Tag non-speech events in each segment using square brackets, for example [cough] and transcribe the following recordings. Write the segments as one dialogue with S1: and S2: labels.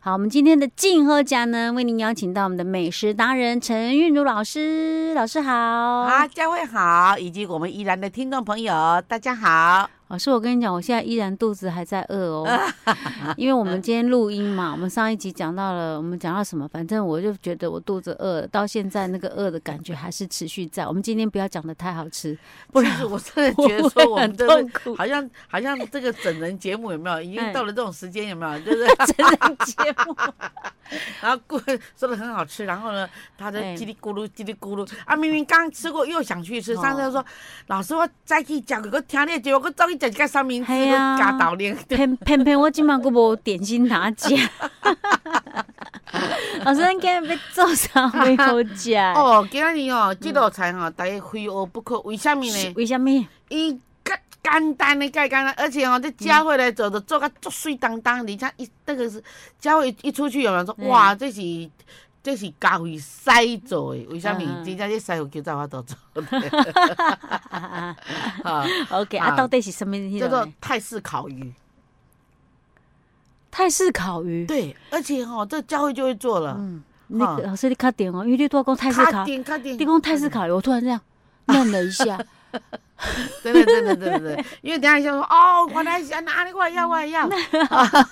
S1: 好，我们今天的静喝家呢，为您邀请到我们的美食达人陈韵如老师，老师好。
S2: 啊，佳慧好，以及我们宜兰的听众朋友，大家好。
S1: 老师，我跟你讲，我现在依然肚子还在饿
S2: [laughs]
S1: 哦，因为我们今天录音嘛，我们上一集讲到了，我们讲到什么？反正我就觉得我肚子饿了，到现在那个饿的感觉还是持续在。我们今天不要讲的太好吃，不
S2: 其
S1: 然
S2: 实我真的觉得说，我们
S1: [laughs] 会
S2: 这
S1: 很
S2: 个
S1: 痛苦。
S2: 好像好像这个整人节目有没有，已
S1: 哎
S2: 经到了这种时间有没有？ [laughs] 就是
S1: 真人节目，
S2: [laughs] 然后咕说的很好吃，然后呢，他的
S1: 哎
S2: 叽里咕噜叽里咕噜啊，明明刚吃过又想去
S1: 哦
S2: 吃，上次又说老师我再去讲个听你，结果我终于讲个三明治，
S1: 哎
S2: 我
S1: 呀
S2: 夹到脸。
S1: 偏偏偏我今晚个无点心拿
S2: [laughs]
S1: 奖。老师，咱今天要做啥没有讲？
S2: 哦，今日哦，
S1: 嗯
S2: 这道菜哈，大家非学不可，为什么
S1: 是
S2: 呢？
S1: 为什么？
S2: 伊较简单的介简单，而且哦，这佳慧来做的做个足水当当，而且一那个是佳慧一出去有人说，
S1: 嗯
S2: 哇，这是这是教会师做的，为什么
S1: 嗯？
S2: 真正这师傅叫在我
S1: [laughs]
S2: 度做的，哈，
S1: OK，啊，
S2: 啊
S1: 到底是什么那
S2: 叫
S1: 种
S2: 做
S1: 呢？
S2: 泰式烤鱼。
S1: 嗯泰式烤鱼。
S2: 对，而且哦，这佳慧就会做了。
S1: 嗯，那
S2: 哈
S1: 个老师你卡点哦，因为你都讲泰式
S2: 卡
S1: 烤，
S2: 点卡点，
S1: 你讲泰式烤鱼，我突然这样愣了一下。
S2: 对对对对对对
S1: [laughs]
S2: 对，因为等一下想说哦，原来是安那，安尼我也要我也要。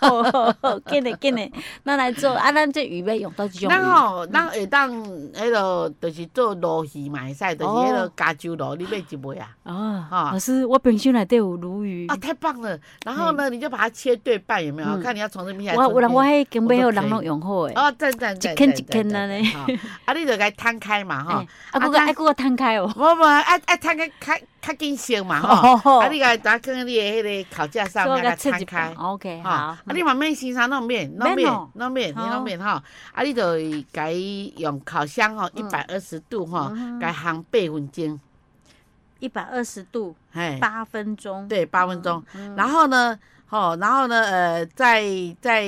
S1: 哦，紧嘞紧嘞，咱来做啊，咱这鱼要用到这种
S2: 咱
S1: 鱼。
S2: 吼，咱会当迄落，就是做鲈鱼嘛会使，就是迄落
S1: 哦
S2: 加州鲈，你买一尾啊？
S1: 哦，
S2: 哈
S1: 老师，我冰箱内底有鲈鱼
S2: 啊，，太棒了！然后呢，你就把它切对半，有没有？
S1: 嗯
S2: 看你要从这边还
S1: 我
S2: 是
S1: 我人
S2: 从
S1: 我
S2: 那边
S1: 迄根本
S2: 我
S1: 有
S2: 都
S1: 人
S2: 可以
S1: 拢用好诶。
S2: 哦，赞赞赞，
S1: 一根
S2: 赞
S1: 一根
S2: 赞
S1: 的
S2: 赞好啊，你就该摊开嘛
S1: 哎
S2: 吼。
S1: 啊，
S2: 啊
S1: 个
S2: 咱
S1: 啊，个摊开哦。
S2: 无无，爱爱啊摊开较较紧熟嘛吼。
S1: [laughs] 哦
S2: 啊，你该打放在你的迄个烤架上
S1: 所以
S2: 面，
S1: 我
S2: 给它
S1: 切
S2: 摊
S1: 一半。
S2: 开
S1: ，OK，
S2: 哈，
S1: 哎好
S2: 啊，，你嘛免先啥弄面，弄
S1: 免
S2: 面
S1: 哦，
S2: 弄面，你
S1: 好
S2: 弄面哈，啊，你就该用烤箱吼，一
S1: 嗯
S2: 百二十度吼
S1: 嗯，
S2: 该烘八分钟，
S1: 一百二十度，
S2: 嘿，
S1: 八分钟，
S2: 对，八分钟，
S1: 嗯，
S2: 然后呢，吼，然后呢，呃，再再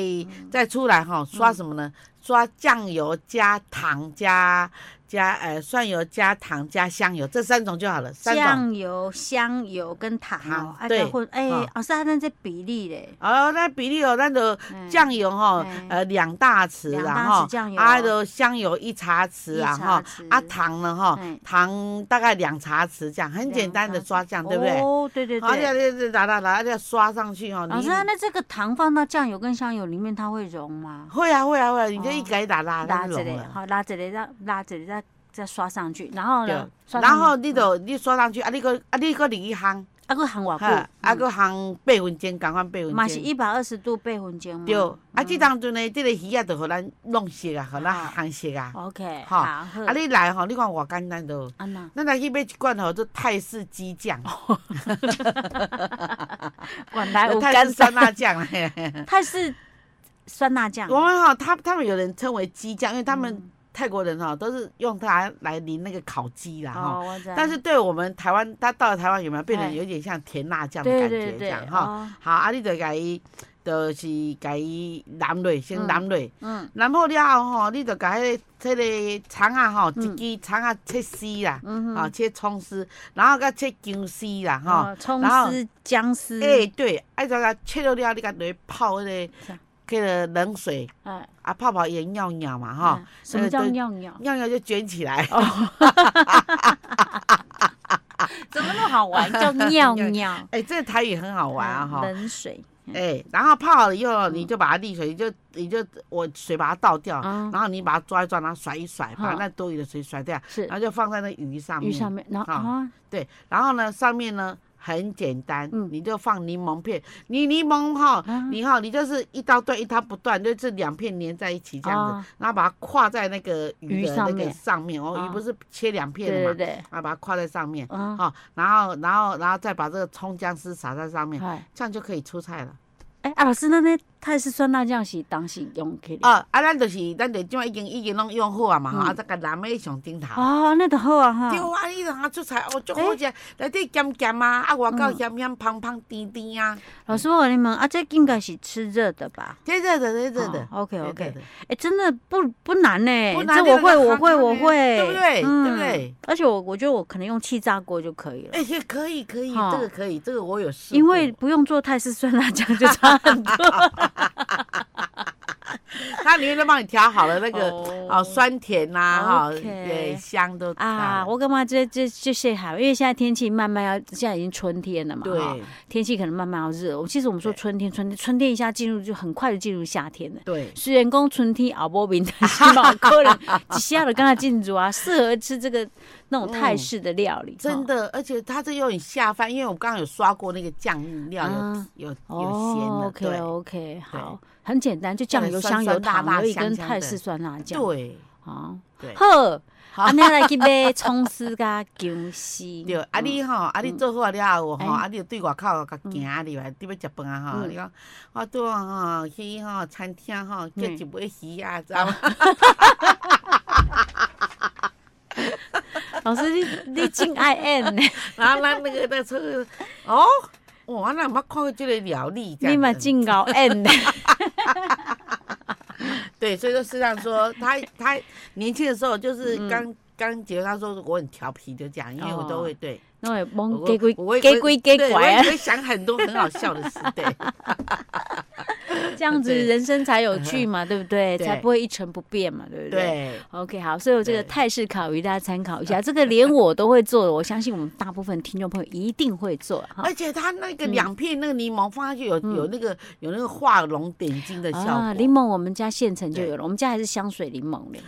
S2: 再出来哈，刷什么呢？刷酱油加糖加加呃蒜油加糖加香油这三种就好了，三种。
S1: 酱油、香油跟糖哦
S2: 糖，
S1: 啊，
S2: 对
S1: 再混，哎
S2: 哦，
S1: 老师，啊咱这比例嘞，
S2: 哦，那比例哦，咱就
S1: 嗯
S2: 酱油哈
S1: 嗯，
S2: 呃两大匙
S1: 两
S2: 啦
S1: 大匙
S2: 哈
S1: 酱，油
S2: 啊，就香油一茶匙啊
S1: 嗯一茶
S2: 哈
S1: 匙，
S2: 啊糖呢哈
S1: 嗯，
S2: 糖大概两茶匙这样，很简单的
S1: 两
S2: 刷酱，对不对？
S1: 哦，对对
S2: 好，
S1: 对。
S2: 这这打打打，这样刷上去哦。
S1: 老
S2: 你
S1: 师，啊那这个糖放到酱油跟香油里面，它会溶吗？
S2: 会啊会啊会啊，你就一
S1: 哦
S2: 改打打
S1: 拉
S2: 打
S1: 这里，好，拉这里，让拉这里，再再刷上去，然后
S2: 对
S1: 呢，，刷上
S2: 然
S1: 去嗯
S2: 后你就你刷上去啊，你个啊你个另一行，
S1: 啊个韩瓦布，
S2: 哈，啊
S1: 嗯
S2: 个行八分钟，赶快八分
S1: 嘛是
S2: 钟。
S1: 一百二十度备魂煎吗？嗯
S2: 对，啊，即当阵呢，即个鱼啊，就互咱弄熟啊，互咱烘熟
S1: 哦
S2: 啊。
S1: OK，好，
S2: 哈
S1: 好
S2: 啊，你来吼，你看偌简单都。
S1: 安娜，
S2: 咱来去买一罐吼，这泰式鸡酱，
S1: 原哎来有
S2: 泰
S1: 干
S2: 式
S1: 酸，
S2: 酸辣酱 [laughs] 啦。嘿
S1: [laughs]
S2: 嘿嘿
S1: 它是酸辣酱
S2: 我，们哈，他他们有人称为鸡酱，因为他们
S1: 嗯
S2: 泰国人哈都是用它来淋那个烤鸡啦哈。
S1: 哦，我知道
S2: 但是对我们台湾，他到了台湾有没有变
S1: 哎
S2: 成有点像甜辣酱的
S1: 对
S2: 感
S1: 对
S2: 觉这
S1: 对
S2: 样，哈？
S1: 哦，
S2: 好，啊，你就甲伊，就是甲伊淋落，先
S1: 嗯
S2: 淋落，
S1: 嗯
S2: 淋好了后吼，你就甲迄、个、迄、个葱啊吼，
S1: 嗯
S2: 一支葱啊切丝啦，
S1: 嗯
S2: 啊、
S1: 哼，
S2: 切葱丝，然后甲切姜丝啦，吼、
S1: 哦，嗯葱
S2: 嗯然后
S1: 丝、姜丝，
S2: 哎、对，爱怎甲切了了，你甲落去泡迄、
S1: 是
S2: 个，迄个冷水，
S1: 哎，
S2: 啊，泡泡也尿尿嘛，吼、
S1: 嗯哦什么
S2: 呃
S1: 叫
S2: 对
S1: 尿
S2: [laughs]
S1: 尿？
S2: 尿尿就卷起来， [laughs]
S1: 怎么那么好玩？ [laughs]
S2: [laughs]
S1: 叫尿
S2: 尿
S1: 尿，
S2: 哎、这个台语很好玩啊，哈、
S1: 冷水，
S2: 哎、然后泡好了以后，你就把它沥水，你就你就我水把它倒掉，
S1: 嗯
S2: 然后你把它抓一抓，然后甩一甩，把
S1: 嗯
S2: 那多余的水甩掉，
S1: 是
S2: 然后就放在那鱼上面。
S1: 鱼上面，然后
S2: 好
S1: 啊，
S2: 对，然后呢，上面呢很简单，
S1: 嗯
S2: 你就放柠檬片。你柠檬哈，
S1: 啊
S2: 你哈，你就是一刀断一刀不断，就这两片粘在一起这样子，
S1: 哦
S2: 然后把它跨在那个
S1: 鱼
S2: 鱼的
S1: 上
S2: 那个
S1: 面
S2: 上面哦，
S1: 哦
S2: 鱼不是切两
S1: 对
S2: 片的
S1: 对
S2: 嘛，
S1: 对，
S2: 然后把它跨在上面。
S1: 啊，
S2: 好、然后，然后，然后再把这个葱姜丝撒在上面，
S1: 哎，
S2: 这样就可以出菜了。
S1: 哎，啊，老师，那那泰式酸辣酱是当时用起的，
S2: 哦，啊，咱就是咱就即摆已经已经拢用好啊嘛
S1: 嗯
S2: 吼，啊，再甲蓝莓上顶头。
S1: 哦，那就好啊哈
S2: 对，啊，你让它出菜哦，足好食，内底咸咸啊，啊外
S1: 嗯
S2: 口咸咸芳芳甜甜啊，
S1: 老师，我问你们啊，这应该是吃热的吧？
S2: 这热的这热的。
S1: OK
S2: 哦对
S1: OK，
S2: 对对
S1: 哎，真的不不难呢，
S2: 不难
S1: 这我
S2: 这个
S1: 会，我
S2: 很
S1: 会，
S2: 好
S1: 我
S2: 呢
S1: 会，
S2: 欸对不对
S1: 嗯
S2: 对不对？
S1: 而且我我觉得我可能用气炸锅就可以了。
S2: 哎，也可以可以，
S1: 好
S2: 这个可以，这个我有试过。
S1: 因为不用做泰式酸辣酱就差很多，
S2: 它里面都帮你调好了那个 [laughs] 哦，
S1: 哦
S2: 酸甜呐，哈，
S1: OK
S2: 对，香都调
S1: 啊，
S2: 了
S1: 我干嘛这这这些好？因为现在天气慢慢要，现在已经春天了嘛，哈
S2: 对
S1: 天气可能慢慢要热。我其实我们说
S2: 对
S1: 春天，春天，春天一下进入就很快就进入夏天了。
S2: 对，
S1: 虽然讲春天熬波饼，但 [laughs] 是嘛，可能一下就跟它进入啊，适合吃这个那种泰式的料理。
S2: 嗯真的，而且它这又很下饭，因为我刚刚有刷过那个酱料
S1: 啊
S2: 有有
S1: 哦
S2: 有咸的，
S1: OK 哦
S2: 对
S1: OK，好，很简单，就酱油、
S2: 酸
S1: 香油、
S2: 酸辣
S1: 糖
S2: 辣
S1: 而已，
S2: 香
S1: 跟
S2: 香
S1: 泰
S2: 的
S1: 式酸辣酱。
S2: 对
S1: 好，
S2: 对。
S1: 好，
S2: 好。
S1: 安尼来去买葱丝加姜丝
S2: 对，啊你吼，啊你做好了后吼，
S1: 嗯哎
S2: 啊你就对外口甲行入来，你要食饭啊吼，
S1: 嗯
S2: 你讲我对我吼去吼餐厅吼叫
S1: 嗯
S2: 一尾鱼啊，知道吗？
S1: 老师，你你真爱
S2: [laughs]
S1: 按呢，
S2: 然后咱那个那车， [laughs] 哦，哇，那没看过这个料理，这样
S1: 你嘛
S2: 子
S1: 真搞按呢。
S2: 对，所以说事实上说，他他年轻的时候就是
S1: 嗯
S2: 刚刚结婚，他说我很调皮，就这样，因为我都会对，
S1: [laughs] 那也
S2: 我
S1: 懵
S2: 会
S1: 哦嗯给鬼
S2: 我会
S1: 给鬼给
S2: 对我
S1: 拐啊
S2: 会，会想很多很好笑的事，对，
S1: 这样子
S2: 对
S1: 人生才有趣
S2: [laughs]
S1: 嘛，对不对？
S2: 对
S1: 才不会一成不变嘛，对不 [laughs] 对？
S2: 对
S1: OK，好，所以我这个
S2: 对
S1: 泰式烤鱼大家参考一下，这个连我都会做的，我相信我们大部分听众朋友一定会做哈。
S2: 而且他那
S1: 嗯
S2: 个两片那个柠檬放下去有有那个有那个画龙点睛的效
S1: 啊，
S2: 果
S1: 柠，檬我们家现成就有了，我们家还是香水柠檬的，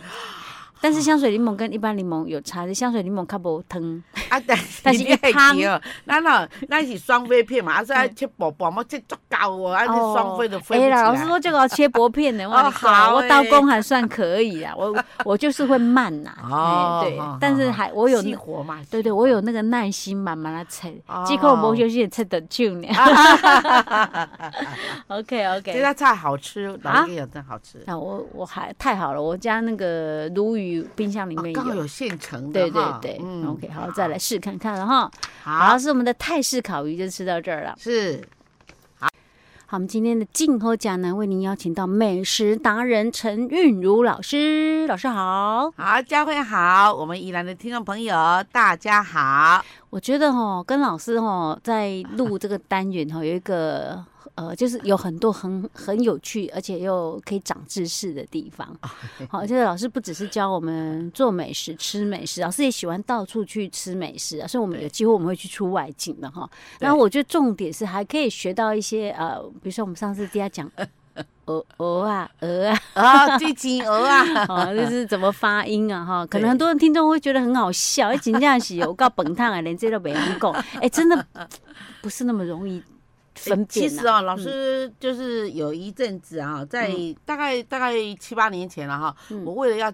S1: 但是香水柠檬跟一般柠檬有差，香水柠檬较无疼。
S2: 啊，但
S1: [laughs] 但是
S2: 你会
S1: 一汤嗯
S2: 记哦，那那那是双
S1: [laughs]
S2: 飞片嘛，啊，所以要切薄薄嘛，切足够哦，啊，这双飞都飞不
S1: 哎
S2: 起
S1: 啦，老师
S2: 来。
S1: 说这个要切薄片
S2: [laughs]
S1: 的，我跟你
S2: 哦好
S1: 讲，我
S2: 哎
S1: 刀工还算可以啦，我我就是会慢呐，
S2: [laughs] 哦
S1: 哎对
S2: 好好，
S1: 但是还我有
S2: 激
S1: 那
S2: 活嘛，
S1: 对对，我有那个耐心慢慢来切
S2: 哦，
S1: 只可无休息切得久呢。OK
S2: 这
S1: OK，
S2: 道菜好吃，
S1: 啊
S2: 老跟你讲真好吃。
S1: 那我我还太好了，我家那个鲈鱼冰箱里
S2: 哦
S1: 面
S2: 刚好
S1: 有。
S2: 有现成的
S1: 对对
S2: 哈，
S1: 对
S2: 嗯
S1: ，OK，好，再来试看看了哈。
S2: 好
S1: 好，是我们的泰式烤鱼就吃到这儿了。
S2: 是
S1: 好，我们今天的静候讲呢，为您邀请到美食达人陈韵如老师，老师好。
S2: 好，佳慧好，我们宜兰的听众朋友大家好，
S1: 我觉得哈，跟老师哈在录这个单元哈，有一个呃，就是有很多很很有趣，而且又可以长知识的地方。好，就是老师不只是教我们做美食、吃美食，老啊师也喜欢到处去吃美食啊，所以我们
S2: 对
S1: 有机会我们会去出外景的哈。
S2: 对
S1: 然后我觉得重点是还可以学到一些呃，比如说我们上次跟他讲鹅鹅啊鹅啊。 [laughs]
S2: 啊，最近鹅啊， [laughs]
S1: 哦，就是怎么发音啊哈，可
S2: 对
S1: 能很多人听众会觉得很好笑，哎，真正是有够本烫啊，连这都没人讲，哎，真的不是那么容易分
S2: 其
S1: 辨
S2: 实
S1: 啊。
S2: 哦，老师就是有一阵子啊，在大概大概七八年前了哈，
S1: 嗯
S2: 我为了要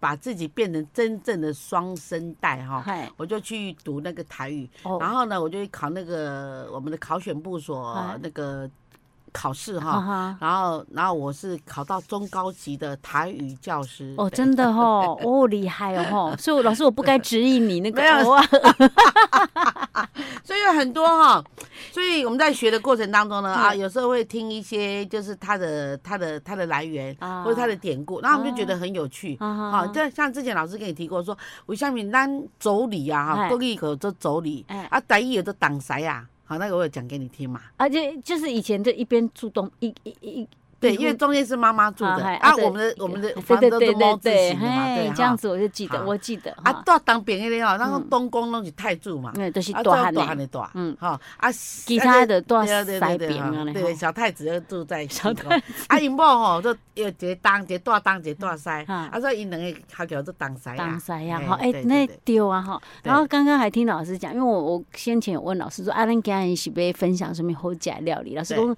S2: 把自己变成真正的双声带哈，
S1: 嗨，
S2: 我就去读那个台语，然
S1: 哦，
S2: 后呢，我就去考那个我们的考选部所
S1: 哎
S2: 那个考试
S1: 啊哈
S2: 哈。
S1: 哈，
S2: 然后，然后我是考到中高级的台语教师。
S1: 哦，
S2: 对
S1: 真的哦，哦，厉害哦吼，所以我老师我不该质疑你那个
S2: 没有
S1: 哦啊
S2: 所以有很多哈、所以我们在学的过程当中呢，
S1: 嗯
S2: 啊，有时候会听一些就是它的它的它的来源
S1: 啊哦
S2: 或者它的典故，然后我们就觉得很有趣。啊，
S1: 啊，
S2: 这像之前老师跟你提过说，我下面咱走礼啊，哈，
S1: 哎
S2: 国语有做走礼
S1: 哎，嗯
S2: 啊，台语有做挡塞啊，好，那个我有讲给你听嘛。
S1: 而且就是以前就一边住东一一一
S2: 对，因为中间是妈妈住的
S1: 嗨
S2: 啊，
S1: 对
S2: 我们的我们的
S1: 对
S2: 房
S1: 对
S2: 子都是
S1: 对对
S2: 猫字
S1: 对，
S2: 形的嘛，
S1: 嘿
S2: 对，，
S1: 这样。子我就记得，
S2: 好
S1: 我记得
S2: 啊，
S1: 哈，
S2: 到当兵的哦，那个
S1: 嗯
S2: 东宫拢是太子嘛，
S1: 嗯，都是
S2: 啊，
S1: 大
S2: 这
S1: 汉
S2: 大汉
S1: 的，
S2: 的大，
S1: 嗯
S2: 吼，啊，其
S1: 其他的都
S2: 对对
S1: 塞
S2: 对对
S1: 扁啊
S2: 哈，
S1: 嘞，
S2: 对，小太子就住在
S1: 小
S2: 太啊，因某吼，都有一个东，一个大东，一个大西，
S1: 嗯哈
S2: 啊，所以因两个合叫做东西
S1: 当
S2: 啊。
S1: 塞呀
S2: 哎，
S1: 哈，哎
S2: 对，对
S1: 那
S2: 对
S1: 丢啊哈。
S2: 对
S1: 然后刚刚还听老师讲，因为我我先前有问老师说，啊，咱今日是要分享什么好食的料理？老师
S2: 对
S1: 讲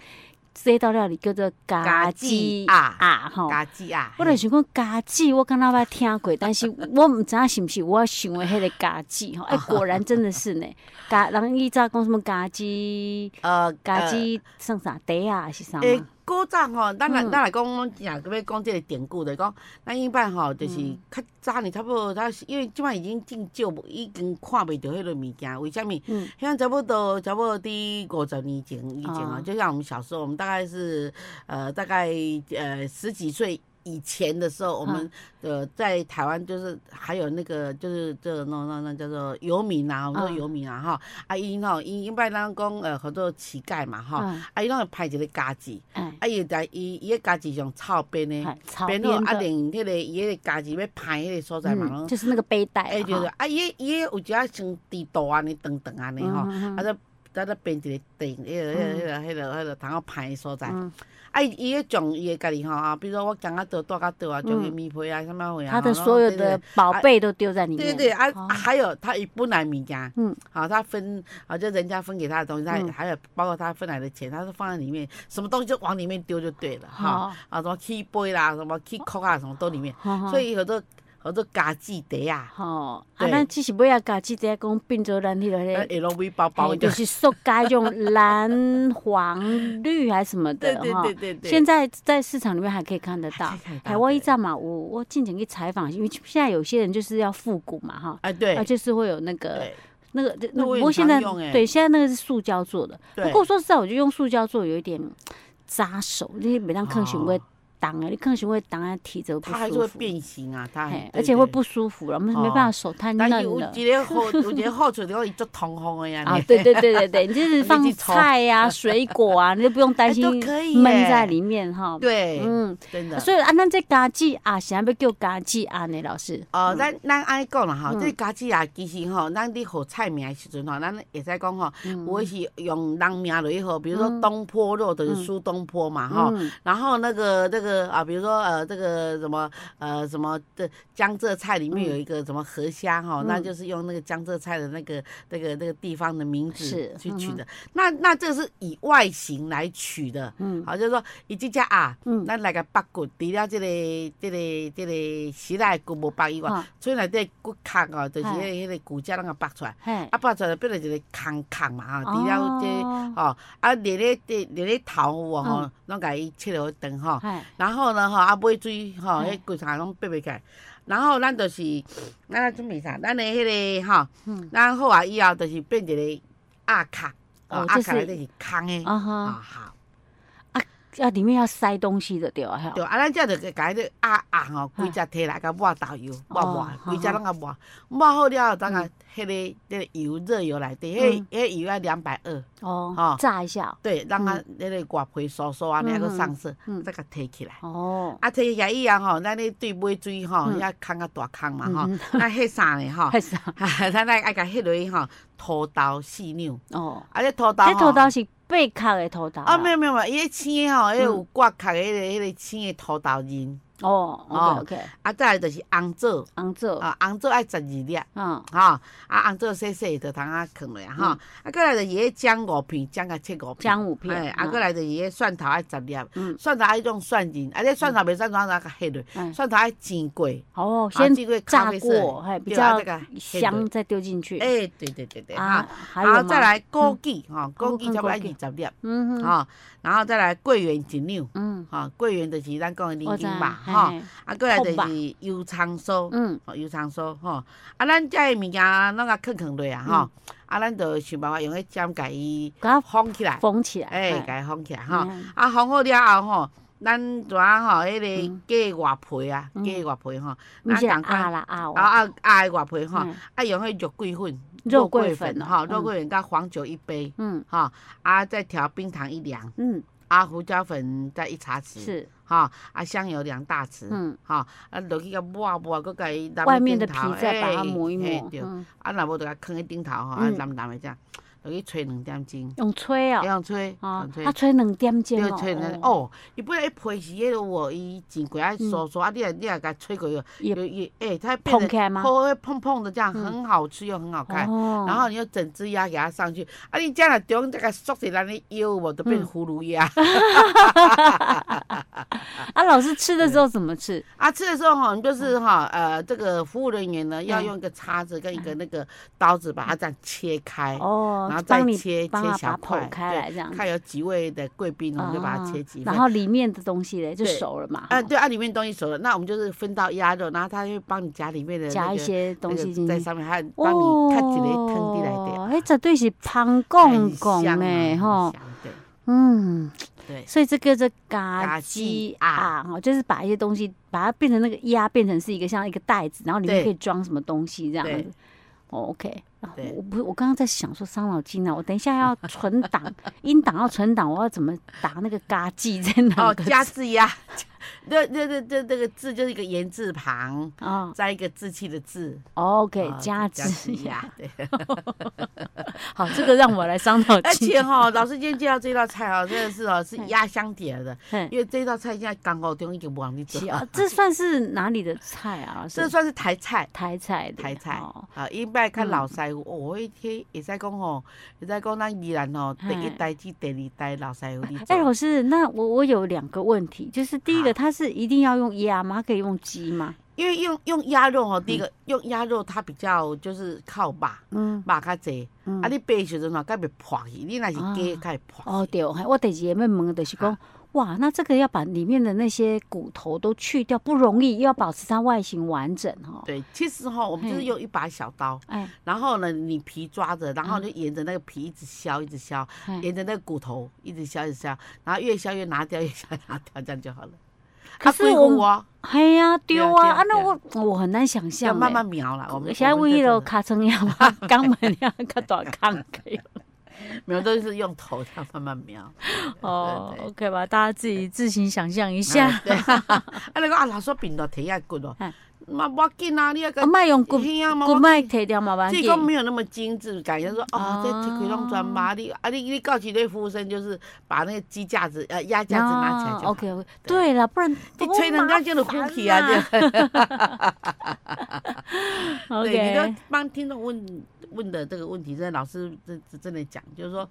S1: 这道料理叫做
S2: 嘎
S1: 咖
S2: 鸡
S1: 鸡
S2: 鸭
S1: 啊哈。
S2: 家己啊，
S1: 我就想讲咖鸡，我刚刚捌听过，但是我唔知道是不是我想的迄个咖鸡哈。哎，果然真的是
S2: [laughs]
S1: 呢，咖人伊早讲什么咖鸡，
S2: 呃，
S1: 咖
S2: 呃。
S1: 鸡算啥底啊还是啥嘛？
S2: 诶，古早吼，咱来
S1: 嗯
S2: 咱来讲，我们若要讲这个典故的，讲咱一般吼，就是
S1: 嗯
S2: 较早呢，差不多，它是因为即摆已经真少，已经看袂到迄个物件。为什么？
S1: 嗯
S2: 像差不多差不多伫五十年前以前啊，
S1: 哦
S2: 就像我们小时候，我们大概是呃大概呃十几岁以前的时候，我
S1: 嗯
S2: 们呃在台湾就是还有那个就是这个那那那叫做游民啊，我们说
S1: 嗯
S2: 游民啊哈，啊因吼因因拜咱讲呃合作乞丐嘛哈，
S1: 嗯，
S2: 啊伊拢会派一个家己，
S1: 哎，
S2: 啊伊就在伊伊个家己上草编的，
S1: 哎草
S2: 编
S1: 编
S2: 好啊
S1: 的，
S2: 连迄个伊个家己要派迄个所在嘛拢
S1: 嗯，，就是那个背带
S2: 哎
S1: 啊，
S2: 就是
S1: 哈
S2: 啊伊个伊个有一下像啊地道安尼长长安尼吼，
S1: 嗯
S2: 啊再再再编一个顶，迄个迄个迄个迄个迄个通好派的所在。
S1: 嗯
S2: 啊，伊伊迄种伊会家己吼啊，比如说我讲啊，倒带甲倒啊，种伊米皮啊，什么货
S1: 嗯
S2: 啊，
S1: 他的
S2: 吼
S1: 所有的宝贝都丢在里
S2: 对
S1: 面，
S2: 啊对对啊，
S1: 哦
S2: 还有他一本来物件，
S1: 嗯，
S2: 好，他分啊，就人家分给他的东西，他
S1: 嗯
S2: 还有包括他分来的钱，他是放在里面，什么东西就往里面丢就对了哈，
S1: 好，
S2: 啊，什么 key boy 啦，什么 key c o 啊，什么都里面，
S1: 好
S2: 所。以有的有的家具袋啊，
S1: 吼，啊，
S2: 对
S1: 咱只是尾啊，家己在讲变做咱迄个
S2: 那
S1: 那
S2: LV 包包
S1: 嘿，就
S2: 的，
S1: 是塑胶用蓝、黄、绿还是什么
S2: 对
S1: 的
S2: 对
S1: 哈
S2: 对。对啊对，
S1: 现在在市场里面还可以看得到
S2: 还可以看得。到
S1: 哎，我
S2: 对
S1: 一站嘛，我我进前去采访，因为现在有些人就是要复古嘛哈，
S2: 哎对
S1: 啊，就是会有那个
S2: 对
S1: 那个那
S2: 那我
S1: 不
S2: 也
S1: 过现在
S2: 常用哎
S1: 对现在那个是塑胶做的，不
S2: 对，
S1: 过说实在，我觉得用塑胶做有一点扎手，你每当坑熊
S2: 哦
S1: 会挡哎，你坑熊会挡啊，提着不
S2: 它还是会
S1: 舒服，
S2: 变形啊，它
S1: 嘿
S2: 还
S1: 而且会。
S2: 对对
S1: 不舒服了，我们没
S2: 哦
S1: 办法手太嫩
S2: 但是有
S1: 了。
S2: 一个好，有一个好处就是伊足通风的呀。
S1: [laughs] 啊，对对对对对，你就是
S2: [laughs] 你
S1: 放
S2: 去抽
S1: 菜呀、水果啊，你就不用担
S2: 哎
S1: 心
S2: 都可以
S1: 闷
S2: 耶
S1: 在里面哈。，
S2: [laughs] 对，
S1: 嗯，
S2: 真的。
S1: 所以啊，咱这家鸡啊，是要叫家鸡啊呢，老师。
S2: 哦，咱咱安尼讲啦吼，
S1: 嗯
S2: 这家己啊，其实吼，咱伫号菜名的时阵吼，咱会使讲吼，有的是用人名落去号，比如说
S1: 嗯
S2: 东坡肉就是
S1: 嗯
S2: 苏东坡嘛吼，
S1: 嗯，
S2: 然后那个那个啊，比如说呃这个什么呃什么的江浙菜里面有一个什么河虾哈，
S1: 嗯
S2: 那就是用那个江浙菜的那个那个那个地方的名字
S1: 是
S2: 去取的。那那这是以外形来取的，
S1: 嗯
S2: 好，就是说伊即只鸭，
S1: 嗯
S2: 咱来个白骨，除了即个即个即个时代骨无白以外
S1: 啊，
S2: 剩内底骨壳哦，就是迄
S1: 哎
S2: 个迄个骨架那个拔出来，
S1: 嘿，
S2: 啊拔出来变成一个空空嘛吼，除了这。
S1: 哦，
S2: 哦，啊，连咧连咧头有哦吼
S1: 嗯，
S2: 拢甲伊切落去长吼，
S1: 哎，
S2: 然后呢吼，啊买水吼，
S1: 嘿
S2: 迄规场拢掰袂起来，然后咱就是，咱要准备啥？咱的迄个吼，
S1: 嗯，
S2: 咱好啊以后就是变一个鸭壳，哦
S1: 哦，
S2: 鸭
S1: 就
S2: 壳
S1: 是
S2: 内底是空的，
S1: 啊
S2: 啊
S1: 哈，
S2: 好，
S1: 啊，里面要塞东西的对吧？嘿
S2: 对，啊，咱这就甲迄个鸭鸭吼，规只摕来甲抹豆油，抹抹
S1: 哦，
S2: 规只
S1: 哈哈
S2: 拢甲抹，抹好了后，等下迄个迄个油热油内底，迄
S1: 嗯
S2: 迄油要两百二。哦
S1: 哦，炸一下
S2: 对，让它那个外皮酥酥啊，那个
S1: 嗯嗯嗯
S2: 上色
S1: 嗯，
S2: 再给提起来。
S1: 哦，
S2: 啊，提起来以后吼，咱咧对尾水吼，
S1: 嗯
S2: 遐空啊大空嘛
S1: 嗯
S2: 吼，咱迄啥
S1: [laughs]
S2: 呢吼
S1: 还，是啥
S2: 咱来爱甲迄类吼，土豆细牛，
S1: 哦，
S2: 啊，这土豆
S1: 这
S2: 吼
S1: 头刀是嗯贝壳的头刀
S2: 啊，
S1: 啦
S2: 没有没有，没有伊迄青的吼，迄有挂壳的迄个迄个青的土豆仁，
S1: 哦
S2: 哦
S1: ，OK OK，
S2: 啊，再来就是红枣，
S1: 昂这，
S2: 啊，红枣爱十二粒。
S1: 嗯，
S2: 吼、啊，红枣细细就通啊放落啊，吼、
S1: 嗯
S2: 啊，过来就是迄姜五片，姜甲切五片，
S1: 姜五片
S2: 哎，啊，
S1: 嗯
S2: 过来就是迄蒜头爱十粒，
S1: 嗯
S2: 蒜头爱种蒜仁，啊，这蒜头袂蒜头哪甲迄落，
S1: 哎，
S2: 蒜头爱煎过，
S1: 哦，
S2: 啊
S1: 先
S2: 煎过啊咖
S1: 炸
S2: 啡色
S1: 过，还比
S2: 对啊
S1: 较
S2: 这个黑
S1: 香，
S2: 的
S1: 再丢进去。
S2: 哎，对对对对，
S1: 啊
S2: 哈、，
S1: 还
S2: 然后
S1: 有嗯
S2: 再
S1: 吗，
S2: 来枸杞，吼、
S1: 枸
S2: 枸杞差不
S1: 枸
S2: 多二
S1: 杞
S2: 十粒，
S1: 嗯哼，
S2: 吼，然后再来桂圆一两，
S1: 嗯，
S2: 吼，桂圆就是咱讲
S1: 我
S2: 的零
S1: 知
S2: 斤吧，
S1: 嘿
S2: 吼，
S1: 嘿
S2: 啊，过来就
S1: 扣吧
S2: 是油葱酥，
S1: 嗯，
S2: 哦，油葱酥吼，啊，咱遮个物件拢甲囥囥落啊吼，
S1: 嗯
S2: 啊，咱就想办法用迄针甲伊
S1: 给它
S2: 封起来，
S1: 缝起来，
S2: 哎，
S1: 哎
S2: 甲伊封起来吼，
S1: 嗯
S2: 啊，封好了后吼，咱怎啊吼，迄个
S1: 嗯
S2: 鸡的外皮啊，
S1: 嗯
S2: 鸡的外皮吼，
S1: 你是
S2: 咱赶快
S1: 啊啦啊
S2: 啊
S1: 哇，
S2: 啊啊的外皮吼，
S1: 嗯
S2: 啊用迄肉桂粉、
S1: 肉桂粉哦
S2: 吼，
S1: 嗯
S2: 肉桂粉甲黄酒一杯
S1: 嗯
S2: 吼，啊，再调冰糖一两，
S1: 嗯，
S2: 啊，胡椒粉再一茶匙，
S1: 是，
S2: 吼，啊，香油两大匙，
S1: 嗯，
S2: 吼、啊，落去甲抹抹，搁甲伊
S1: 外面的皮再把它磨一
S2: 哎
S1: 磨，
S2: 对，
S1: 嗯
S2: 啊，若无就甲囥喺顶头吼，啊，
S1: 嗯
S2: 蓝蓝的这样，落去吹两点钟，
S1: 用吹
S2: 这
S1: 哦，
S2: 样吹，
S1: 啊
S2: 用吹
S1: 啊，。吹两点钟
S2: 对，
S1: 哦
S2: 吹两，
S1: 哦
S2: 哦，伊本来一皮是迄个哦，伊真过爱酥酥啊，你若你若甲吹过去，
S1: 嗯也
S2: 有也哎，它变
S1: 捧
S2: 得
S1: 起来吗？
S2: 厚厚碰碰的这样，
S1: 嗯
S2: 很好吃又很好看。
S1: 哦
S2: 然后你就整只鸭给它上去，啊，你将来中这个缩起来，你腰我都变
S1: 嗯
S2: 葫芦鸭。 [laughs]
S1: 啊，老师吃的时候怎么吃？
S2: 啊，吃的时候哈，
S1: 嗯
S2: 就是哈，呃，这个服务人员呢要用一个叉子跟一个那个刀子把它这样切开，
S1: 哦
S2: 哎然后，再
S1: 帮你
S2: 切
S1: 帮
S2: 切
S1: 它
S2: 小
S1: 把它
S2: 块
S1: 剖开
S2: 对
S1: 来这样子，
S2: 看有几位的贵宾，哦我们就把它
S1: 啊
S2: 切几份
S1: 然。后里面的东西嘞就
S2: 对
S1: 熟了嘛，
S2: 啊，
S1: 哈
S2: 对啊，里面东西熟了，那我们就是分到鸭肉，然后他就帮你夹里面的那
S1: 加一
S2: 个
S1: 些
S2: 那
S1: 东西
S2: 个
S1: 进
S2: 在
S1: 去。哦
S2: 上面，还帮你看几个汤底来的。
S1: 迄绝对是芳
S2: 哎
S1: 公公
S2: 很香啊
S1: 诶欸
S2: 很
S1: 吼，
S2: 香对，
S1: 嗯， [laughs]
S2: 对，
S1: 所以这个叫做
S2: 嘎
S1: 嘎
S2: 鸡
S1: 鸡
S2: 啊
S1: 啊，哈，就是把一些东西把它变成那个鸭，变成是一个像一个袋子，然后里面
S2: 对
S1: 可以装什么东西这样
S2: 对
S1: 子。哦，OK，啊
S2: 对
S1: 我不，我刚刚在想说伤脑筋啊呢，我等一下要存档，音档要存档，我要怎么打那个嘎鸡在哪
S2: 哦，
S1: 个？
S2: 加字呀，那那那那那个字就是一个言字旁，
S1: 啊
S2: 加一个志气的志，
S1: ，OK，
S2: 啊
S1: 加
S2: 加字
S1: 鸡呀，
S2: 呀，对。
S1: [laughs] 好，这个让我来伤脑
S2: 而
S1: 筋。[laughs]
S2: 且哈、老师今天介绍这道菜哦，真的是哦，
S1: 嗯
S2: 是压箱底儿的，
S1: 嘿
S2: [laughs] 因为这道菜现在刚好中一个网里做
S1: 是，啊，这算是哪里的菜啊？老师
S2: 这算是台菜。
S1: 台菜的
S2: 台菜
S1: 哦
S2: 啊，因摆较老师傅，哦，我去会使讲吼，会使讲咱宜兰吼，第一
S1: 嘿
S2: 代至第二代老师傅你
S1: 哎、
S2: 做，
S1: 老师，那我我有两个问题，就是第一
S2: 好
S1: 个，它是一定要用鸭吗？它可以用鸡吗？
S2: 因为用用鸭肉吼，第一个用鸭肉它比较就是靠肉，
S1: 嗯
S2: 肉较济，
S1: 嗯
S2: 啊，你白的时阵吼，较袂破去，你若是
S1: 啊
S2: 鸡较会
S1: 哦
S2: 破。
S1: 对，我第二个要问的就是讲，哇，那这个要把里面的那些骨头都去掉不容易，又要保持它外形完整哦。，
S2: 对，其实哈，我们就是
S1: 嘿
S2: 用一把小刀，
S1: 哎，
S2: 然后呢，你皮抓着，然后
S1: 嗯
S2: 就沿着那个皮一直削，一直削，
S1: 哎
S2: 沿着那个骨头一直削，一直削，然后越削越拿掉，越削越拿掉，这样就好了。
S1: 可
S2: 啊
S1: 是
S2: 规
S1: 我
S2: 骨哦
S1: 嘿呀，丢
S2: 对
S1: 啊
S2: 啊
S1: 啊！那
S2: 对啊
S1: 我我很难想象、
S2: 要
S1: 欸。
S2: 慢慢描了。我们
S1: 现在
S2: 我
S1: 问
S2: 们
S1: 一
S2: 这
S1: 楼
S2: 种
S1: 卡成要吗？肛门要卡短抗可
S2: [laughs]
S1: 以吗
S2: 描都是用头这样慢慢
S1: [laughs]
S2: 描。
S1: 哦
S2: 对对
S1: ，OK 吧，大家自己自行想象一
S2: 对
S1: 下。
S2: 啊对， [laughs] 啊，那个啊，老师饼都提下骨哦
S1: 嗯，
S2: 嘛不要紧啊，你那个
S1: 啊，卖用骨
S2: 嘿啊嘛
S1: 骨
S2: 我
S1: 卖提掉嘛，
S2: 这
S1: 紧
S2: 个没有那么精致，感觉说哦，这这可以弄砖
S1: 哦
S2: 麻你啊，你你告诉对服务生就是把那个鸡架子呃鸭架子拿起来就好。
S1: OK OK，对哦了，不然
S2: 你
S1: 多
S2: 吹人家
S1: 麻
S2: 就能哭
S1: 烦
S2: 泣啊，
S1: 呐
S2: 这样对，你
S1: OK
S2: 都帮听众问问的这个问题，真的老师真真的讲，就是说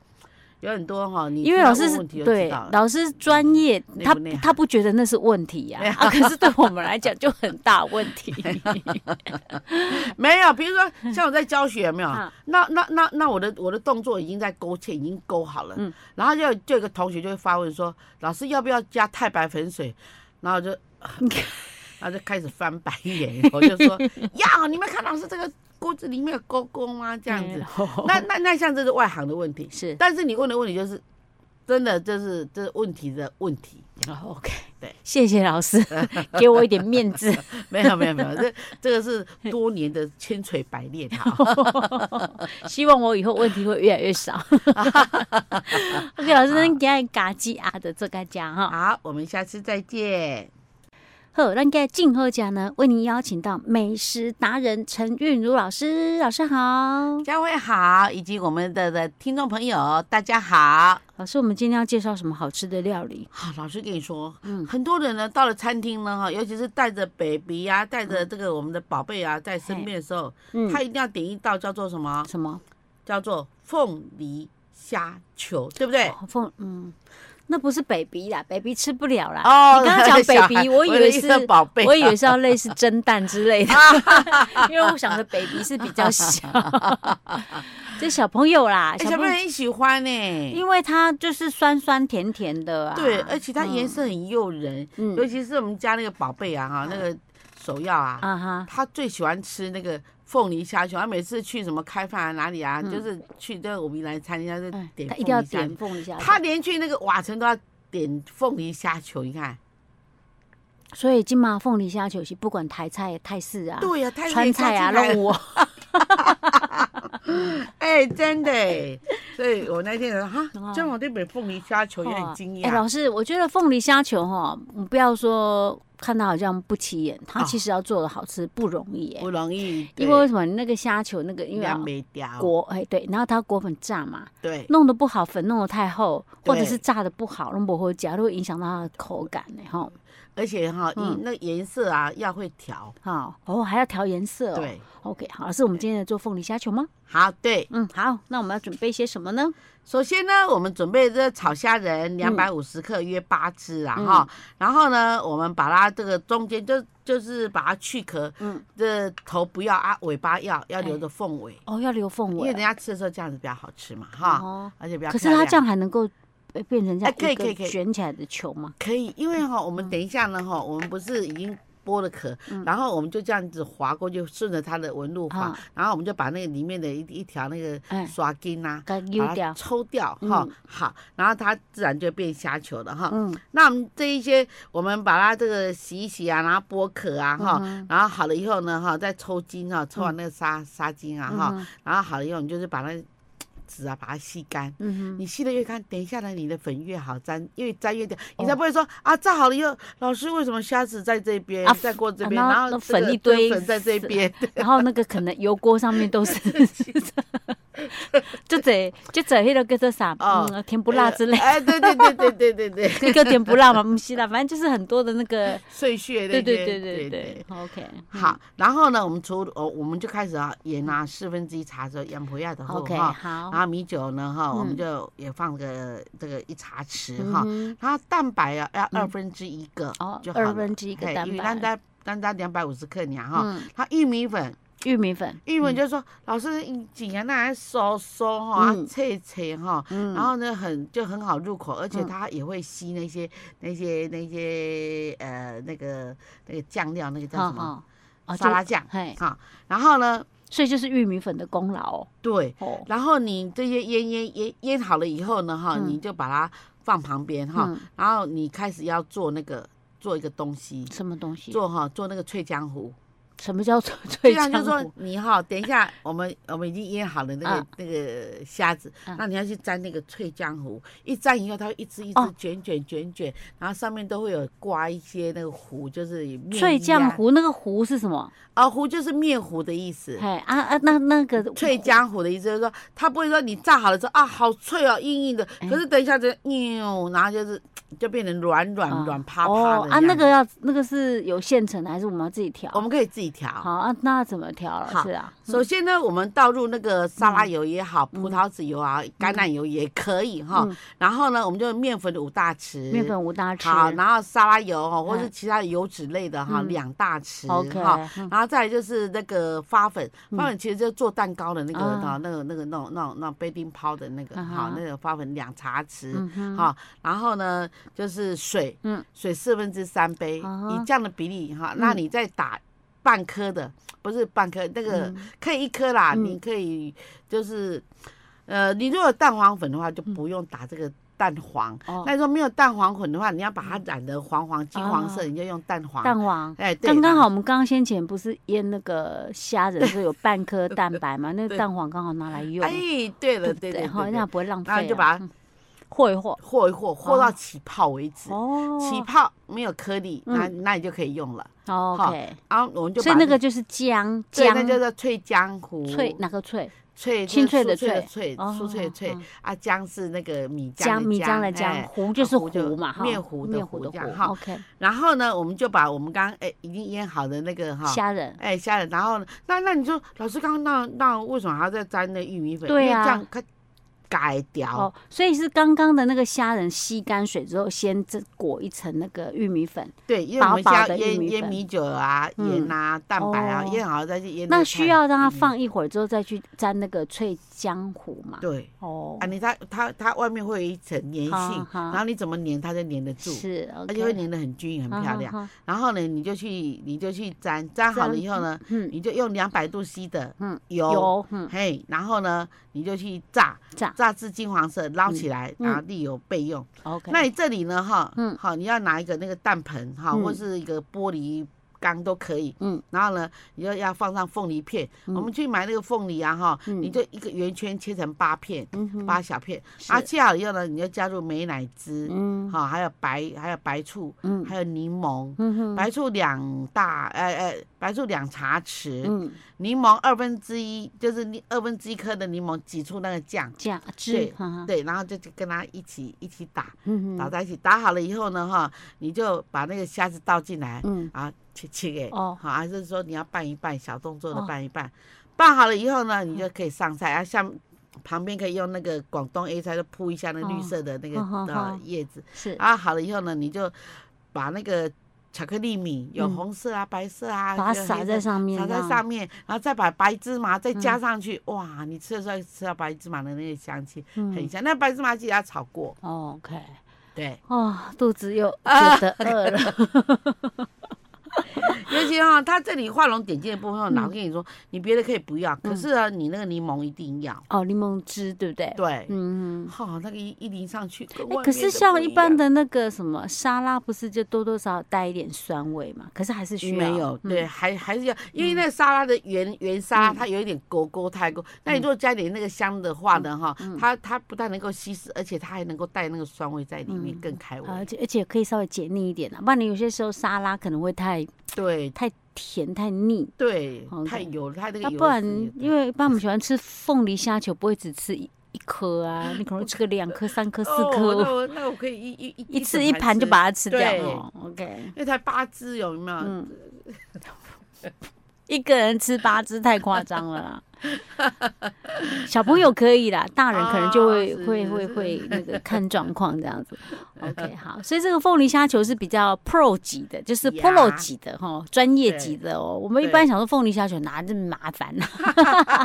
S2: 有很多哈，你
S1: 因为
S2: 听他
S1: 老师
S2: 问
S1: 是
S2: 问题就
S1: 对
S2: 知道了。
S1: 老师专业
S2: 内，
S1: 他
S2: 不内
S1: 他不觉得那是问题
S2: [laughs]
S1: 呀、啊可是对我们来讲就很大问题。
S2: 没有，比如说像我在教学，有没有
S1: 啊？
S2: 那那那那我的我的动作已经在勾芡，已经勾好了
S1: 嗯，
S2: 然后就有就有一个同学就会发问说，老师要不要加太白粉水？然后我就。 [laughs] 然后就开始翻白眼，我就说呀，你们看老师这个锅子里面有勾勾吗？ [laughs] 这样子，那那那像这是外行的问
S1: [laughs]
S2: 题，
S1: 是
S2: 但是你问的问题就是真的，就是这是问题的问题，
S1: OK，
S2: 哦对，
S1: 谢谢老
S2: [laughs]
S1: 师给我一点面子。 [laughs]
S2: 没有没有没有，这这个是多年的千锤百炼哈。
S1: [laughs] 希望我以后问题会越来越
S2: [laughs]
S1: 少。OK，老师，咱今天嘎叽啊的做个讲哈。
S2: 好，我们下次再见。
S1: 好，让盖静候家呢，为您邀请到美食达人陈韵如老师，老师好。
S2: 嘉惠好，以及我们的的听众朋友，大家好。
S1: 老师，我们今天要介绍什么好吃的料理？
S2: 啊，老师跟你说，
S1: 嗯
S2: 很多人呢到了餐厅呢，哈，尤其是带着 baby 啊，带着这个我们的宝贝啊在身边的时候，
S1: 嗯，
S2: 他一定要点一道叫做什么？
S1: 什么？
S2: 叫做凤梨虾球，对不对？
S1: 哦凤、嗯，那不是 baby 啦，baby 吃不了啦。
S2: 哦
S1: 你刚刚讲
S2: [laughs] 小孩
S1: baby，我以 [laughs] 为是
S2: 我的意思宝贝啊
S1: 我以为是要类似蒸蛋之类 [laughs] 的，因为我想着 baby 是比较小，这小朋友啦，
S2: 哎
S1: 小
S2: 小
S1: 朋
S2: 朋友
S1: 友，
S2: 很喜欢呢、
S1: 因为它就是酸酸甜甜的啊。
S2: 对，而且它颜
S1: 嗯
S2: 色很诱人，
S1: 嗯
S2: 尤其是我们家那个宝贝啊，哈，那个首要啊，
S1: 啊哈，
S2: 他最喜欢吃那个凤梨虾球。他每次去什么开饭啊哪里啊，就是去这个我们来餐厅，他就
S1: 嗯哎
S2: 点
S1: 它一定要
S2: 凤梨虾
S1: 点凤梨虾球，
S2: 他连去那个瓦城都要点凤梨虾球，你看，
S1: 所以金马凤梨虾球是不管台菜、泰式啊、
S2: 对呀、他
S1: 川菜啊，
S2: 让
S1: 让我
S2: 哎，真的欸，所以我那天说哈，
S1: 哦
S2: 姜黄对北凤梨虾 [laughs] 球有点
S1: 哇
S2: 惊
S1: 哎、
S2: 讶
S1: 老，师，我觉得凤梨虾球哈，你不要说看它好像不起眼，它
S2: 哦
S1: 其实要做的好吃不容易哎、
S2: 不容易，
S1: 因为为什么那个虾球那个因为
S2: 两
S1: 啊
S2: 没掉，
S1: 裹哎、对，然后它裹粉炸嘛，
S2: 对。
S1: 弄得不好，粉弄得太厚，或者
S2: 对
S1: 是炸的不好，弄不好夹都会影响到它的口感呢、哈。
S2: 而且哈，
S1: 嗯
S2: 你那颜色啊要会调。
S1: 好哦，还要调颜色哦。
S2: 对，
S1: ，OK，好，是我们今天来做凤梨虾球吗？
S2: 好，对。
S1: 嗯，好，那我们要准备些什么呢？
S2: 首先呢，我们准备这炒虾
S1: 嗯
S2: 仁两百五十克，约八只啊哈。然后呢，我们把它这个中间就就是把它去壳，
S1: 嗯，
S2: 这头不要啊，尾巴要，要留着凤尾，
S1: 哦，要留凤
S2: 因
S1: 尾哦，
S2: 为人家吃的时候这样子比较好吃嘛哈，
S1: 哦，
S2: 而且比较
S1: 可是
S2: 漂亮
S1: 它这样还能够呃变成这
S2: 哎可
S1: 样
S2: 以
S1: 一
S2: 可以可
S1: 个
S2: 以
S1: 卷起来的球吗？
S2: 可以，因为哈，我们等一下呢哈，我们不是已经剥了壳，
S1: 嗯
S2: 然后我们就这样子划过，就顺着它的纹路划
S1: 啊，
S2: 然后我们就把那个里面的一一条那个
S1: 哎
S2: 刷筋啊，
S1: 该丢
S2: 把它
S1: 掉。
S2: 抽掉哈
S1: 嗯，
S2: 好，然后它自然就变虾球了哈。
S1: 嗯，
S2: 那我们这一些，我们把它这个洗一洗啊，然后剥壳啊哈，
S1: 嗯
S2: 然后好了以后呢哈，再抽筋哈，抽完那个沙沙筋啊
S1: 嗯
S2: 哈，
S1: 哼
S2: 然后好了以后，你就是把那个纸啊把它吸干。
S1: 嗯哼，
S2: 你吸的越干，等一下呢，你的粉越好粘，越粘越掉，
S1: 哦
S2: 你才不会说、啊，炸好了以后，老师为什么虾子在这边，
S1: 啊
S2: 在锅子这
S1: 啊
S2: 边，
S1: 然后
S2: 然
S1: 那
S2: 后这个
S1: 粉一
S2: 这个
S1: 堆
S2: 粉在这
S1: 死啊
S2: 边，
S1: [laughs] 然后那个可能油锅上面都
S2: [laughs]
S1: 是， [laughs] 就这就这迄个叫做啥，
S2: 哦
S1: 嗯，甜不辣之
S2: [laughs]
S1: 类，
S2: 哎，对对对对对对对，
S1: 一个甜不辣嘛，不是啦，反正就是很多的那
S2: [laughs]
S1: 个，
S2: 碎屑那
S1: [laughs] 对
S2: 些，
S1: 对对对对。，OK，嗯
S2: 好，然后呢，我们除哦，我们就开始啊，也拿四分之一茶匙洋普亚的后
S1: ，OK，
S2: 哈，
S1: 好
S2: 然，后米酒呢哈，我们
S1: 嗯
S2: 就也放个这个一茶匙
S1: 嗯
S2: 哈，
S1: 哼
S2: 然后蛋白啊要
S1: 嗯
S2: 二分之一个
S1: 哦
S2: 就好
S1: 二
S2: 了，
S1: 分之一个
S2: 嘿
S1: 蛋
S2: 因为
S1: 白
S2: 单单单单两百五十克你啊哈，
S1: 嗯，
S2: 它玉米粉
S1: 玉米粉，
S2: 玉米就说、老师，你紧啊，那还收收哈，啊
S1: 嗯
S2: 切切哈，
S1: 嗯，
S2: 然后呢很就很好入口，而且
S1: 嗯
S2: 它也会吸那些那些那些呃那个那个酱料，那个叫
S1: 好
S2: 什么、
S1: 好，哦，
S2: 沙
S1: 就
S2: 拉酱
S1: 嘿，
S2: 哈、然后呢，
S1: 所以就是玉米粉的功劳哦
S2: 对，
S1: 哦，
S2: 然后你这些腌腌腌腌好了以后呢，哈、
S1: 嗯
S2: 你就把它放旁边哈、
S1: 嗯
S2: 然后你开始要做那个做一个东西，
S1: 什么东西？
S2: 做哈做那个脆浆糊。
S1: 什么叫做脆
S2: 对呀，
S1: 浆
S2: 就说
S1: 糊？
S2: 你哈，等一下，我们我们已经腌好了那个、
S1: 啊
S2: 那个虾子，
S1: 啊
S2: 那你要去沾那个脆浆糊，一沾以后它会一只一只
S1: 哦
S2: 卷卷卷卷，然后上面都会有挂一些那个糊，就是面衣啊
S1: 脆浆糊那个糊是什么？
S2: 啊，糊就是面糊的意思。
S1: 嘿啊啊，那那个
S2: 脆浆糊的意思就是说，它不会说你炸好了之后啊，好脆哦，硬硬的。
S1: 哎
S2: 可是等一下子，扭，然后就是就变成软软
S1: 啊
S2: 软趴趴的
S1: 哦啊，
S2: 这样
S1: 那个要那个是有现成的，还是我们要自己调？
S2: 我们可以自己调。
S1: 好啊，那怎么调了？
S2: 好
S1: 是啊，
S2: 首先呢，我们倒入那个沙拉油也好，葡萄籽油啊，橄榄油也可以哈。
S1: 嗯
S2: 然后呢，我们就面粉五大匙，
S1: 面粉无大匙，
S2: 好，然后沙拉油哦，或是
S1: 嗯
S2: 其他的油脂类的哈，
S1: 嗯
S2: 两大匙
S1: OK，
S2: 哈。
S1: 嗯
S2: 然后再来就是那个发粉，
S1: 嗯
S2: 发粉其实就做蛋糕的那个
S1: 啊
S2: 哈，那个那个那种那种那种 baking powder 的那个
S1: 啊
S2: 好
S1: 哈，
S2: 那个发粉两茶匙
S1: 嗯哼
S2: 哈。然后呢，就是水
S1: 嗯，
S2: 水四分之三杯，
S1: 啊哈
S2: 以这样的比例哈，那
S1: 嗯
S2: 你再打半颗的，不是半颗那个。
S1: 嗯
S2: 可以一颗啦，
S1: 嗯
S2: 你可以就是，呃，你如果有蛋黄粉的话，就不用打这个蛋黄。
S1: 哦嗯
S2: 那如果没有蛋黄粉的话，你要把它染得黄黄金黄色，
S1: 啊
S2: 你就用蛋黄。
S1: 蛋黄。
S2: 哎，对
S1: 刚刚好，我们刚刚先前不是腌那个虾仁，是有半颗蛋白嘛？那
S2: 对
S1: 蛋黄刚好拿来用，
S2: 哎，对
S1: 对
S2: 了，对
S1: 不
S2: 对
S1: 对？好，
S2: 对
S1: 那样
S2: 对，
S1: 不会浪费
S2: 然
S1: 啊。
S2: 后就把它
S1: 嗯和一和。
S2: 和一和，和到起泡为止。
S1: 哦
S2: 起泡没有颗粒，那
S1: 嗯
S2: 那你就可以用了。
S1: 哦，OK。
S2: 然后我们就
S1: 所
S2: 把
S1: 以那个就是姜，
S2: 对，那
S1: 姜
S2: 叫做脆浆糊，
S1: 脆哪个脆？
S2: 脆
S1: 清脆的
S2: 就是酥脆的脆，
S1: 脆
S2: 酥脆的
S1: 哦
S2: 脆
S1: 哦
S2: 啊，姜是那个米
S1: 姜
S2: 浆
S1: 米浆的
S2: 哎
S1: 姜，糊就是
S2: 糊就
S1: 糊嘛，哈
S2: 面糊的
S1: 面
S2: 糊
S1: 糊的
S2: 这样
S1: 糊
S2: 哈
S1: ，OK，
S2: 然后呢，我们就把我们刚刚哎已经腌好的那个哈，
S1: 虾仁，
S2: 哎虾仁，然后呢那那你说老师刚刚那那为什么还要再沾那玉米粉？
S1: 对
S2: 因为
S1: 啊
S2: 这样它改掉
S1: 哦，所以是刚刚的那个虾仁吸干水之后，先这裹一层那个玉米粉，
S2: 对，因为我们
S1: 薄薄
S2: 先要
S1: 的玉
S2: 腌
S1: 米
S2: 腌
S1: 粉
S2: 米酒啊、
S1: 嗯
S2: 盐啊、蛋白啊，
S1: 哦
S2: 腌好了再去腌个菜。
S1: 那需要让它
S2: 嗯。
S1: 放一啊会儿之后再去沾那个脆浆糊嘛？
S2: 对，
S1: 哦
S2: 啊，，你它它它外面会有一层粘性
S1: 好，好
S2: 然后你怎么粘它就粘得住，
S1: 是，嗯
S2: 而且会粘得很均匀、很漂亮。
S1: 亮，
S2: 然后呢，你就去你就去沾，沾好了以后呢，
S1: 嗯，
S2: 你就用两百度 C 的
S1: 嗯
S2: 油，
S1: 油，嗯，
S2: 嘿，然后呢，你就去炸，
S1: 炸
S2: 炸至金黄色，捞起来，
S1: 嗯
S2: 然后沥油备用。
S1: ，OK，
S2: 那你这里呢，哈，
S1: 嗯
S2: 好，你要拿一个那个蛋盆哈，
S1: 嗯
S2: 或是一个玻璃缸都可以，
S1: 嗯，
S2: 然后呢，你就要放上凤梨片。
S1: 嗯
S2: 我们去买那个凤梨啊，哈，
S1: 嗯
S2: 你就一个圆圈切成八片，
S1: 嗯哼
S2: 八小片，
S1: 是
S2: 然后切好了以后呢，你就加入美乃滋，
S1: 嗯
S2: 好，还有白还有白醋，
S1: 嗯
S2: 还有柠檬。
S1: 嗯哼
S2: 白醋两大，呃呃，白醋两茶匙，
S1: 嗯
S2: 柠檬二分之一，就是你二分之一颗的柠檬挤出那个酱，
S1: 酱汁
S2: 对，
S1: 哈哈，
S2: 对，然后就就跟它一起一起打，
S1: 嗯
S2: 打
S1: 哼
S2: 在一起，打好了以后呢，哈，你就把那个虾子倒进来，
S1: 嗯
S2: 啊，切切给，
S1: 哦
S2: 好，还是说你要拌一拌，小动作的
S1: 哦嗯
S2: 拌一拌，拌好了以后呢，你就可以上菜，啊，像旁边可以用那个广东 A 菜，就铺一下那绿
S1: 哦
S2: 色的那个
S1: 好好
S2: 呃
S1: 好
S2: 叶子，
S1: 是，
S2: 啊，好了以后呢，你就把那个巧克力米有
S1: 嗯
S2: 红色啊、白色啊，
S1: 把它
S2: 有黑
S1: 撒
S2: 色
S1: 在上面啊嗯
S2: 撒
S1: 这样，
S2: 在上面，然后再把白芝麻再加上去，哇！你吃的时候吃到白芝麻的那个香气，很
S1: 嗯
S2: 香。那白芝麻记得要炒过，
S1: ，OK。
S2: 对，啊
S1: 哦，肚子又觉得饿了。
S2: 它这里画龙点睛的部分，
S1: 嗯
S2: 老师跟你说，你别的可以不要，可是啊，你那个柠檬一定要。
S1: [laughs] 哦，柠檬汁对不嗯对？
S2: 对，
S1: 嗯。
S2: 好、那个一一淋上去，跟
S1: 哎、
S2: 外
S1: 可
S2: 面
S1: 是像
S2: 不
S1: 一
S2: 样
S1: 般的那个什么沙拉，不是就多多少少带一点酸味嘛？可是还是需要
S2: 没有，对，还还
S1: 嗯
S2: 是要，因为那个沙拉的原原沙拉它有一点勾勾太勾，
S1: 嗯
S2: 那你如果加点那个香的话呢，哈，它它不但能够稀释，而且它还能够带那个酸味在里
S1: 嗯
S2: 面，更开胃。
S1: 啊而且而且可以稍微解腻一点啊，不然你有些时候沙拉可能会太
S2: 对
S1: 太甜太腻。
S2: 对
S1: 好，的
S2: 太油了，它那
S1: 那、
S2: 个油
S1: 不然
S2: 脂也，
S1: 因为一般我们喜欢
S2: [laughs]
S1: 吃凤梨虾球，不会只吃一一颗啊，你可能吃个两颗、三颗、四
S2: 哦那
S1: 颗，
S2: 我那我可以一一一
S1: 一次
S2: 整
S1: 一盘就
S2: 吃
S1: 把它吃掉
S2: 对
S1: 哦。OK，
S2: 因为才八只有没有？
S1: 嗯，一个人吃八只太夸张了啦。 [laughs] 小朋友可以啦，大人可能就会、
S2: 啊是
S1: 会
S2: 是
S1: 会
S2: 是
S1: 会那
S2: [laughs]
S1: 个看状况这样子。OK，好，所以这个凤梨虾球是比较 pro 级的，就是
S2: 呀
S1: pro 级的哈，专业级的哦。我们一
S2: 对
S1: 般想说凤梨虾球哪这么麻烦呢、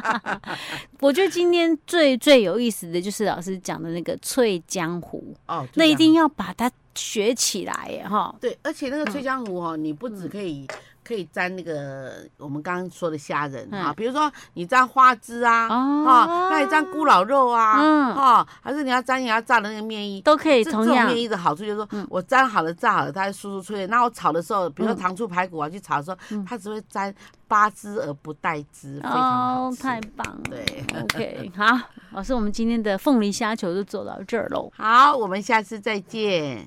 S1: [laughs] 我觉得今天最最有意思的就是老师讲的那个脆江湖，
S2: 哦，就
S1: 那
S2: 这
S1: 一
S2: 样
S1: 定要把它学起来耶哈。
S2: 对，而且那个
S1: 嗯
S2: 脆江湖哦，你不只可以可以沾那个我们刚刚说的虾仁啊，
S1: 嗯
S2: 比如说你沾花枝啊，
S1: 哦
S2: 哦，那你沾咕老肉啊，
S1: 嗯
S2: 哦，还是你要沾你要炸的那个面衣。
S1: 都可以
S2: 这这
S1: 同
S2: 种
S1: 样嗯
S2: 面衣的好处就是说，我沾好了炸好了，它会酥酥脆脆。那我炒的时候，比如说糖醋排骨啊，去炒的时
S1: 嗯
S2: 候，它只会沾八汁而不带汁，非常好
S1: 哦，
S2: 吃。
S1: 太棒了。
S2: 对，
S1: OK，好，老师，我们今天的凤梨虾球就做到这儿喽。
S2: 好，我们下次再见。